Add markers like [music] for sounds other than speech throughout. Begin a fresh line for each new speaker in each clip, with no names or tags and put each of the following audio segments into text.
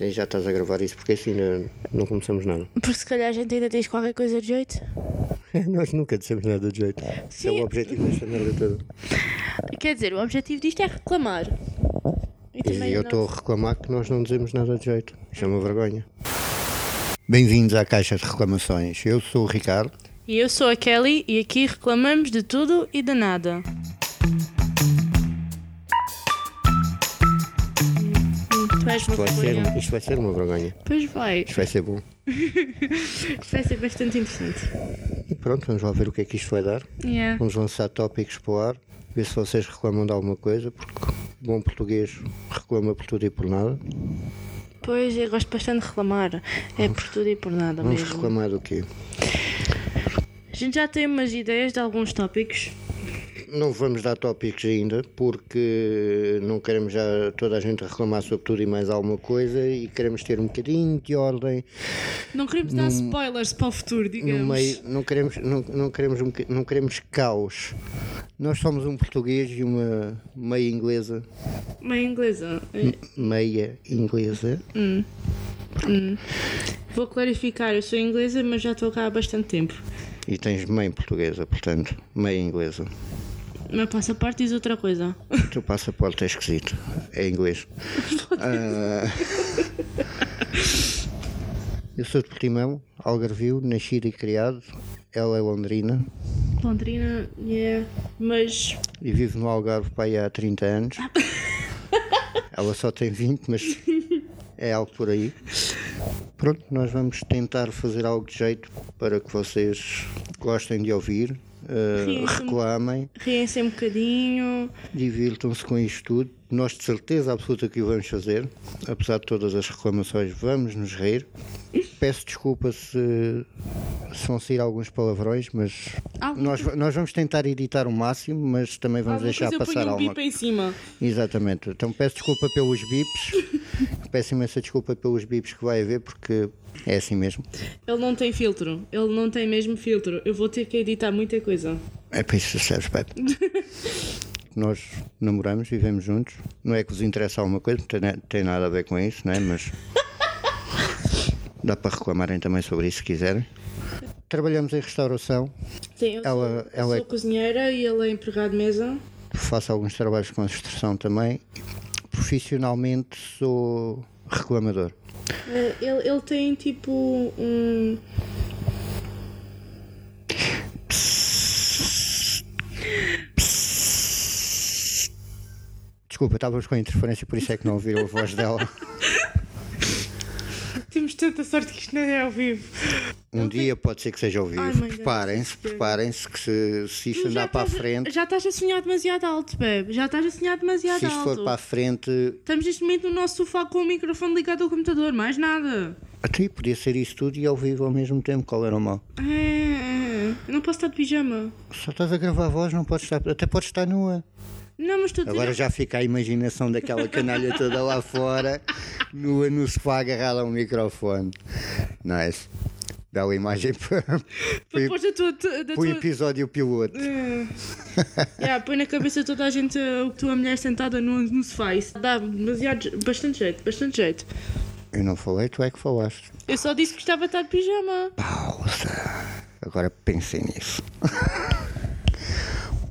E já estás a gravar isso porque assim não, não começamos nada. [laughs]
Porque se calhar a gente ainda diz qualquer coisa de jeito.
Nós nunca dissemos nada de jeito. Esse É
Sim.
o objetivo desta merda toda.
Quer dizer, o objetivo disto é reclamar. E
E
também não-
eu estou a reclamar que nós não dizemos nada de jeito. Isto é uma vergonha. Bem-vindos à Caixa de Reclamações. Eu sou o Ricardo.
E eu sou a Kelly e aqui reclamamos de tudo e de nada. Tu és
Isto vai ser, um, isto vai ser uma vergonha.
Pois vai.
Isto vai ser bom.
Isto vai ser bastante interessante.
E pronto, vamos lá ver o que é que isto vai dar.
Yeah.
Vamos lançar tópicos para o ar, ver se vocês reclamam de alguma coisa, porque bom português reclama por tudo e por nada.
Pois, eu gosto bastante de reclamar. É por tudo e por nada
Vamos
mesmo.
reclamar do quê?
A gente já tem umas ideias de alguns tópicos.
Não vamos dar tópicos ainda, porque não queremos já toda a gente a reclamar sobre tudo e mais alguma coisa e queremos ter um bocadinho de ordem
Não queremos dar spoilers para o futuro,
no
digamos.
meio. Não queremos, não, não queremos, um boca- não queremos caos. Nós somos um português e uma meia inglesa,
Meio inglesa.
meia inglesa.
Vou clarificar, eu sou inglesa, mas já estou cá há bastante tempo.
E tens mãe portuguesa, portanto, meia inglesa.
Meu passaporte diz outra coisa. [laughs]
O teu passaporte é esquisito. É inglês. Ah, eu sou de Portimão, Algarvio, nascido e criado. Ela é londrina
Londrina, yeah. Mas
e vive no Algarve pai há 30 anos. Ela só tem 20, mas é algo por aí. Pronto, nós vamos tentar fazer algo de jeito para que vocês gostem de ouvir, ah,
Sim, isso- é
reclamem.
riem-se um bocadinho.
Divirtam-se com isto tudo. Nós, de certeza absoluta, que o vamos fazer. Apesar de todas as reclamações, vamos nos rir. Peço desculpa se, se vão sair alguns palavrões, mas
Ah,
nós, va- nós vamos tentar editar o máximo, mas também vamos
alguma
deixar
coisa
passar
eu ponho um
alguma
pipa em cima.
Exatamente. Então peço desculpa pelos
[laughs]
bips. peço imensa desculpa pelos bips que vai haver, porque é assim mesmo.
Ele não tem filtro. Ele não tem mesmo filtro. Eu vou ter que editar muita coisa.
É para isso que serve, Pepe. Nós namoramos, vivemos juntos. Não é que vos interessa alguma coisa, não tem, na- tem nada a ver com isso, não é? Mas dá para reclamarem também sobre isso se quiserem. Trabalhamos em restauração,
Sim, eu
Ela-
sou,
ela é-
sou cozinheira e ele é empregado de mesa.
faço alguns trabalhos de construção também. Profissionalmente sou reclamador.
Eh, Ele, ele tem tipo um.
Desculpa, estávamos com a interferência, por isso é que não ouviram a voz dela.
Temos tanta sorte que isto não é ao vivo.
Um dia pode ser que seja ao vivo.
Ai, mãe, Deus.
Preparem-se, preparem-se que se, se isto andar para a frente,
Já estás a sonhar demasiado alto, bebe. Já estás a sonhar demasiado
se isto
alto.
for para a frente,
Estamos neste momento no nosso sofá com o microfone ligado ao computador, mais nada.
Até podia ser isso tudo e ao vivo ao mesmo tempo, qual era o mal?
É, eu não posso estar de pijama.
Só estás a gravar a voz, não podes estar. Até podes estar nua.
Não, mas estou a dizer-
Agora já fica a imaginação daquela canalha toda lá fora, nua no sofá agarrada ao microfone. Nice. Bela imagem [laughs] para,
Para pôr da tua. da
o
tua-
episódio piloto.
Yeah, põe na cabeça toda a gente uh, o que tua mulher sentada no, no sofá. Isso dá demasiado. je- bastante jeito, bastante jeito.
Eu não falei, tu é que falaste.
Eu só disse que estava a estar de pijama.
Pausa. Agora pensem nisso. [laughs]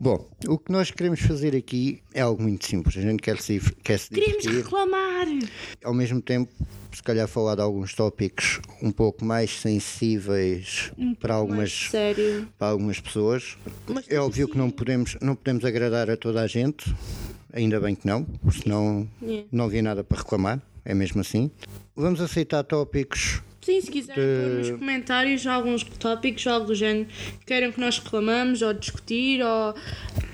Bom, o que nós queremos fazer aqui é algo muito simples. A gente quer se, quer se
Queríamos
divertir.
reclamar.
ao mesmo tempo, se calhar falar de alguns tópicos um pouco mais sensíveis para algumas
Sério.
para algumas pessoas.
Mas
é óbvio que não podemos não podemos agradar a toda a gente, ainda bem que não, senão
Yeah.
não havia nada para reclamar. É mesmo assim. Vamos aceitar tópicos.
Sim, se quiserem pôr nos comentários alguns tópicos, algo do género que queiram que nós reclamamos, ou discutir, ou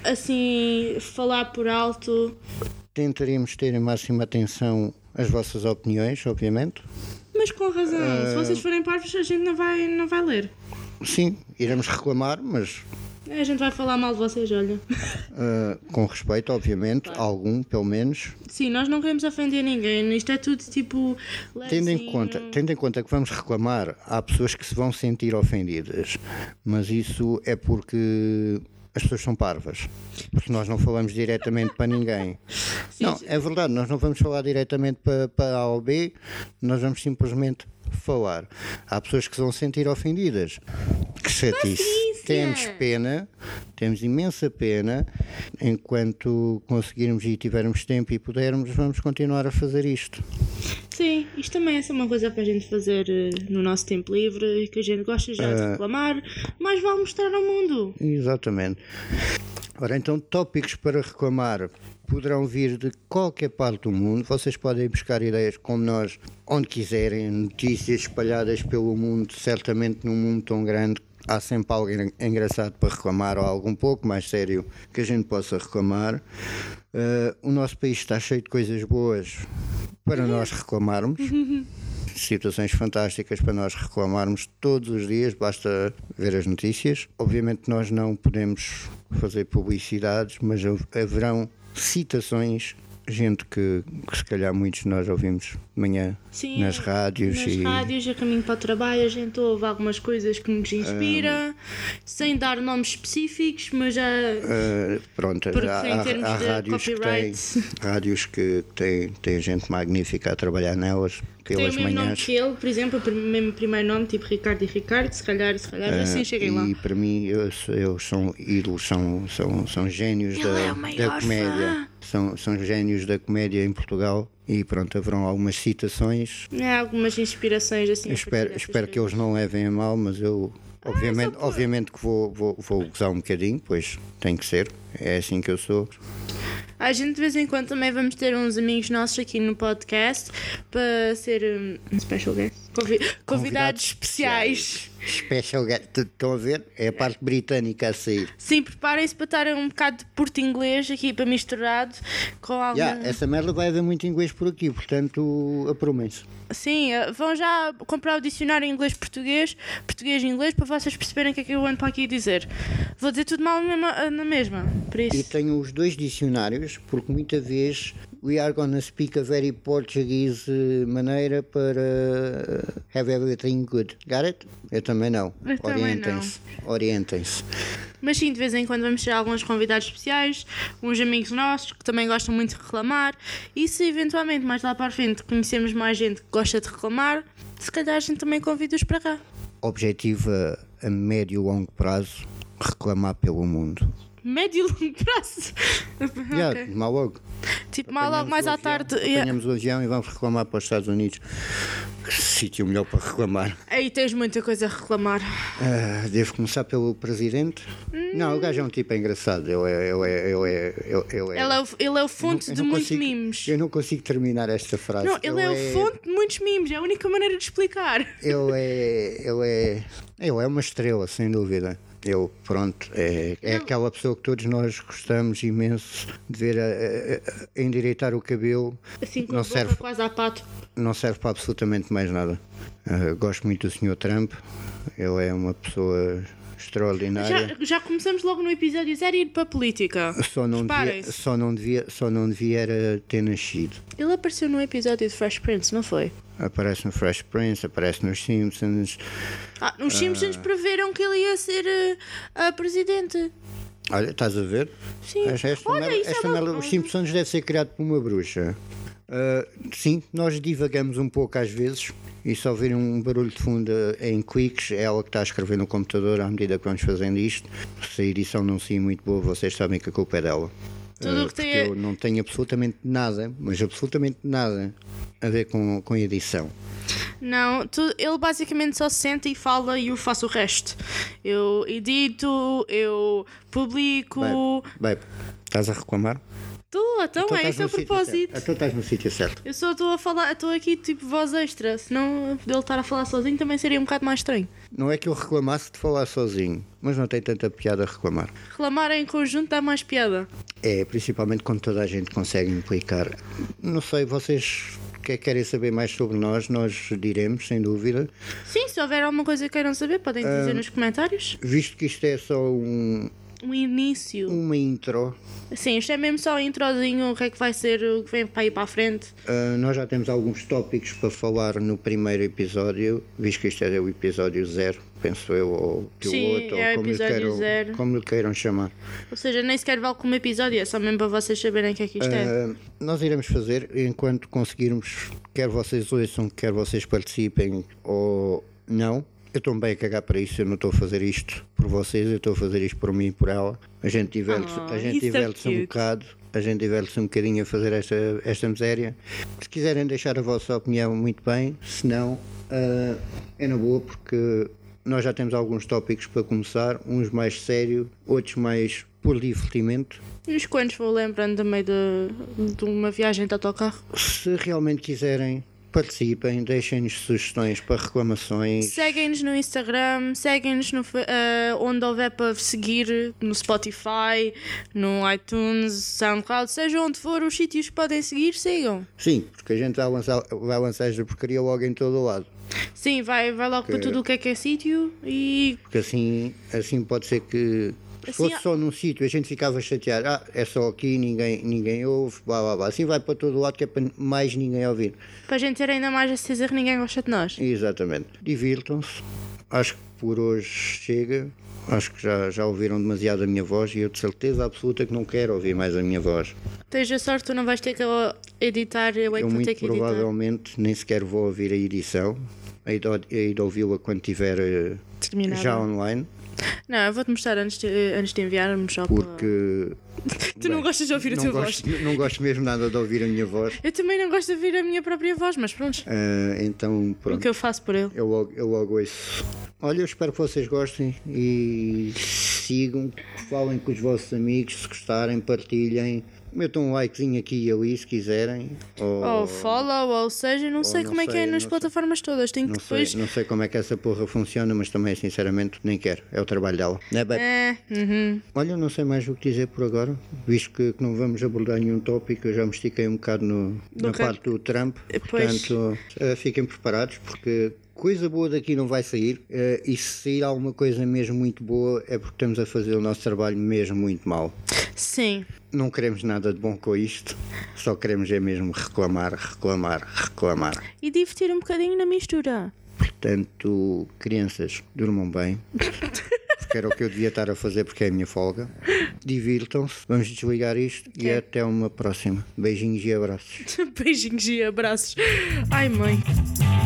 assim, falar por alto.
Tentaremos ter em máxima atenção as vossas opiniões, obviamente.
Mas com razão, se
É.
vocês forem parvos, a gente não vai, não vai ler.
Sim, iremos reclamar, mas
A gente vai falar mal de
[laughs]
vocês, olha.
ah, com respeito, obviamente, algum, pelo menos.
Sim, nós não queremos ofender ninguém. Isto é tudo tipo.
Tendo em,
levezinho.
conta, tendo em conta que vamos reclamar, há pessoas que se vão sentir ofendidas, mas isso é porque as pessoas são parvas, porque nós não falamos diretamente para ninguém. não, é verdade, nós não vamos falar diretamente para, para A ou B, nós vamos simplesmente falar. Há pessoas que se vão sentir ofendidas. Que chatice. Temos pena, temos imensa pena. Enquanto conseguirmos e tivermos tempo e pudermos, vamos continuar a fazer isto.
Sim, isto também é só uma coisa para a gente fazer eh, no nosso tempo livre, que a gente gosta já
É.
de reclamar, mas vale mostrar ao mundo.
Exatamente. Ora, então, tópicos para reclamar poderão vir de qualquer parte do mundo. Vocês podem buscar ideias como nós, onde quiserem, notícias espalhadas pelo mundo. Certamente, num mundo tão grande, há sempre alguém engraçado para reclamar ou algo um pouco mais sério que a gente possa reclamar. Eh, o nosso país está cheio de coisas boas para nós reclamarmos situações fantásticas para nós reclamarmos todos os dias, basta ver as notícias. Obviamente nós não podemos fazer publicidades, mas hav- haverão citações, gente que, que se calhar muitos de nós ouvimos de manhã
Sim,
nas rádios
nas
e
rádios, a caminho para o trabalho, a gente ouve algumas coisas que nos
É.
inspira, sem dar nomes específicos, mas já.
eh, pronto,
Porque
há,
em
há-
termos
há
de
rádios que têm
copyright.
rádios que têm, têm gente magnífica a trabalhar nelas
Tem o
pelas
mesmo nome
manhãs.
que ele, por exemplo, o prim- mesmo primeiro nome, tipo Ricardo e Ricardo, se calhar, se calhar,
Ah,
assim cheguem lá.
É, E para mim, eles, eles são ídolos, são, são, são gênios da,
é
da
o maior
comédia.
fã.
São, são gênios da comédia em Portugal. E pronto, haverão algumas citações.
Há algumas inspirações assim.
Eu
a
espero,
partir dessas Ah,
espero que eles não levem a mal, mas eu. Obviamente, obviamente que vou, vou, vou gozar um bocadinho, pois tem que ser. É assim que eu sou.
A gente de vez em quando também vamos ter uns amigos nossos aqui no podcast para ser um, special guest. Convi- convidados, especiais.
Special guest. Estão a ver? É a parte britânica a sair.
Sim, preparem-se para estarem um bocado de porto inglês aqui para misturado com alguma.
Já, essa merda vai haver muito inglês por aqui, portanto, aprumem-se.
Sim, eh, vão já comprar o dicionário inglês-português, português-inglês, para vocês perceberem o que é que eu ando para aqui dizer. Vou dizer tudo mal na mesma- na mesma, por
Eu
isso.
tenho os dois dicionários, porque muita vez we are gonna speak a very Portuguese eh, maneira para eh, have everything good. Got it? Eu também não.
Eu também
Orientem-se. Orientem-se.
Mas sim, de vez em quando vamos ter alguns convidados especiais, uns amigos nossos que também gostam muito de reclamar. E se eventualmente mais lá para a frente conhecemos mais gente que gosta de reclamar, se calhar a gente também convida-os para cá.
Objetivo a, a médio e longo prazo, reclamar pelo mundo.
Médio e
[laughs]
longo prazo.
Já,
Ok.
mal logo.
Tipo, mal logo
Apanhamos
mais
o
à
avião-
tarde. yeah.
Apanhamos o avião e vamos reclamar para os Estados Unidos. Que sítio melhor para reclamar.
Aí tens muita coisa a reclamar.
Ah, devo começar pelo presidente?
Hum.
Não, o gajo é um tipo engraçado. Ele é. Ele é, ele é, ele- ele é-
Ele é o, ele é o fonte
Eu
de
não
muitos
consigo-
mimos.
Eu não consigo terminar esta frase.
Não, ele é o fonte de muitos mimos, é a única maneira de explicar.
Ele é, ele é, ele é uma estrela, sem dúvida. Ele, pronto, é, é aquela pessoa que todos nós gostamos imenso de ver a, a- a- a endireitar o cabelo.
Assim com
Não
a boca
serve.
quase a pato.
Não serve para absolutamente mais nada. Ah, gosto muito do Sr. Trump. Ele é uma pessoa extraordinária.
Já, já começamos logo no episódio zero a ir para a política.
Só não, devia,
Preparem-se.
só, não devia, só não devia era ter nascido.
Ele apareceu num episódio de Fresh Prince, não foi?
Aparece no Fresh Prince, aparece nos Simpsons,
Ah, os Simpsons preveram que ele ia ser eh, ah, presidente.
Olha, estás a ver?
Sim.
Esta, esta
Olha,
merda-
isso é
esta
uma-
merda- os Simpsons deve ser criado por uma bruxa. Ah, sim, nós divagamos um pouco às vezes e só ouvir um barulho de fundo eh, em cliques é ela que está a escrever no computador à medida que vamos fazendo isto. Se a edição não sair muito boa, vocês sabem que a culpa é dela.
Tudo
Ah,
o que tem
porque
é-
eu não tenho absolutamente nada, mas absolutamente nada a ver com, com edição.
Não, tu- ele basicamente só se senta e fala e eu faço o resto. Eu edito, eu publico.
Bem, bem, estás a reclamar?
Tu, então,
Então
é
estás
esse
no
o
sítio
propósito.
certo. Então estás no sítio certo.
Eu só estou a falar, estou aqui tipo voz extra, senão dele estar a falar sozinho também seria um bocado mais estranho.
Não é que eu reclamasse de falar sozinho, mas não tem tanta piada a reclamar.
Reclamar em conjunto dá mais piada.
É, principalmente quando toda a gente consegue implicar. Não sei, vocês que- querem saber mais sobre nós, nós diremos, sem dúvida. Ah.
Sim, se houver alguma coisa que queiram saber, podem dizer nos comentários.
Visto que isto é só um,
um início.
Uma intro.
Sim, isto é mesmo só a introzinho, o que é que vai ser, o que vem para ir para a frente.
Ah, nós já temos alguns tópicos para falar no primeiro episódio, visto que isto é o episódio zero, penso eu, ou
Sim,
piloto,
é o
ou como lhe,
episódio
queiram,
zero.
como lhe queiram chamar.
Ou seja, nem sequer vale como episódio, é só mesmo para vocês saberem o que é que isto é.
Ah, nós iremos fazer enquanto conseguirmos, quer vocês ouçam, quer vocês participem ou não. Eu estou bem a cagar para isso, eu não estou a fazer isto por vocês, eu estou a fazer isto por mim e por ela. A gente diverte,
Oh,
a gente
he's so
diverte um
cute.
bocado, a gente diverte um bocadinho a fazer esta, esta miséria. Se quiserem deixar a vossa opinião, muito bem, se não, ah, é na boa, porque nós já temos alguns tópicos para começar, uns mais sério, outros mais por divertimento.
E Uns quantos vou lembrando também de, de uma viagem de autocarro.
Se realmente quiserem, participem, deixem-nos sugestões para reclamações.
Seguem-nos no Instagram, seguem-nos no Fa- eh, onde houver para seguir, no Spotify, no iTunes, SoundCloud, seja onde for, os sítios que podem seguir, sigam.
Sim, porque a gente vai lançar, vai lançar esta porcaria logo em todo o lado.
Sim, vai, vai logo para tudo o que é que é sítio e
Porque assim, assim pode ser que. Se
Assim,
fosse só num sítio, a gente ficava chateado. Ah, é só aqui, ninguém, ninguém ouve, blá blá blá. Assim vai para todo o lado que é para mais ninguém ouvir.
para a gente ter ainda mais a certeza que ninguém gosta de nós.
Exatamente. Divirtam-se. Acho que por hoje chega. Acho que já, já ouviram demasiado a minha voz e eu de certeza absoluta que não quero ouvir mais a minha voz.
Tens a sorte, tu não vais ter que editar, eu é que
Eu
vou ter
muito
que editar.
provavelmente nem sequer vou ouvir a edição. Hei de ou- hei de ouvi-la quando estiver eh,
Terminado.
já online,
Não, eu vou-te mostrar antes de, antes de enviarmos só para-
porque
Tu não gostas de ouvir a
não
tua
gosto,
voz.
não gosto mesmo nada de ouvir a minha voz.
Eu também não gosto de ouvir a minha própria voz, mas pronto,
Ah, então,
o
pronto,
que eu faço por ele.
eu logo, eu logo ouço. Olha, eu espero que vocês gostem e sigam, falem com os vossos amigos, se gostarem, partilhem. Metam um likezinho aqui e ali se quiserem. Ou,
Ou follow, ou seja, não sei
não
como é que
sei,
é
não
nas
sei.
plataformas todas. Tenho que
não,
depois.
sei, não sei como é que essa porra funciona, mas também, sinceramente, nem quero. É o trabalho dela. Não é bem?
É, uhum.
Olha, não sei mais o que dizer por agora, visto que, que não vamos abordar nenhum tópico, eu já me estiquei um bocado no- na
Ok.
parte do Trump,
é Eh, pois.
portanto, eh, fiquem preparados, porque coisa boa daqui não vai sair, eh, e se sair alguma coisa mesmo muito boa, é porque estamos a fazer o nosso trabalho mesmo muito mal.
Sim.
Não queremos nada de bom com isto, só queremos é mesmo reclamar, reclamar, reclamar.
E divertir um bocadinho na mistura. [laughs]
Portanto, crianças, durmam bem. Porque era o que eu devia estar a fazer porque é a minha folga. Divirtam-se, vamos desligar isto e até uma próxima. Beijinhos e abraços.
Beijinhos e abraços. Ai, mãe.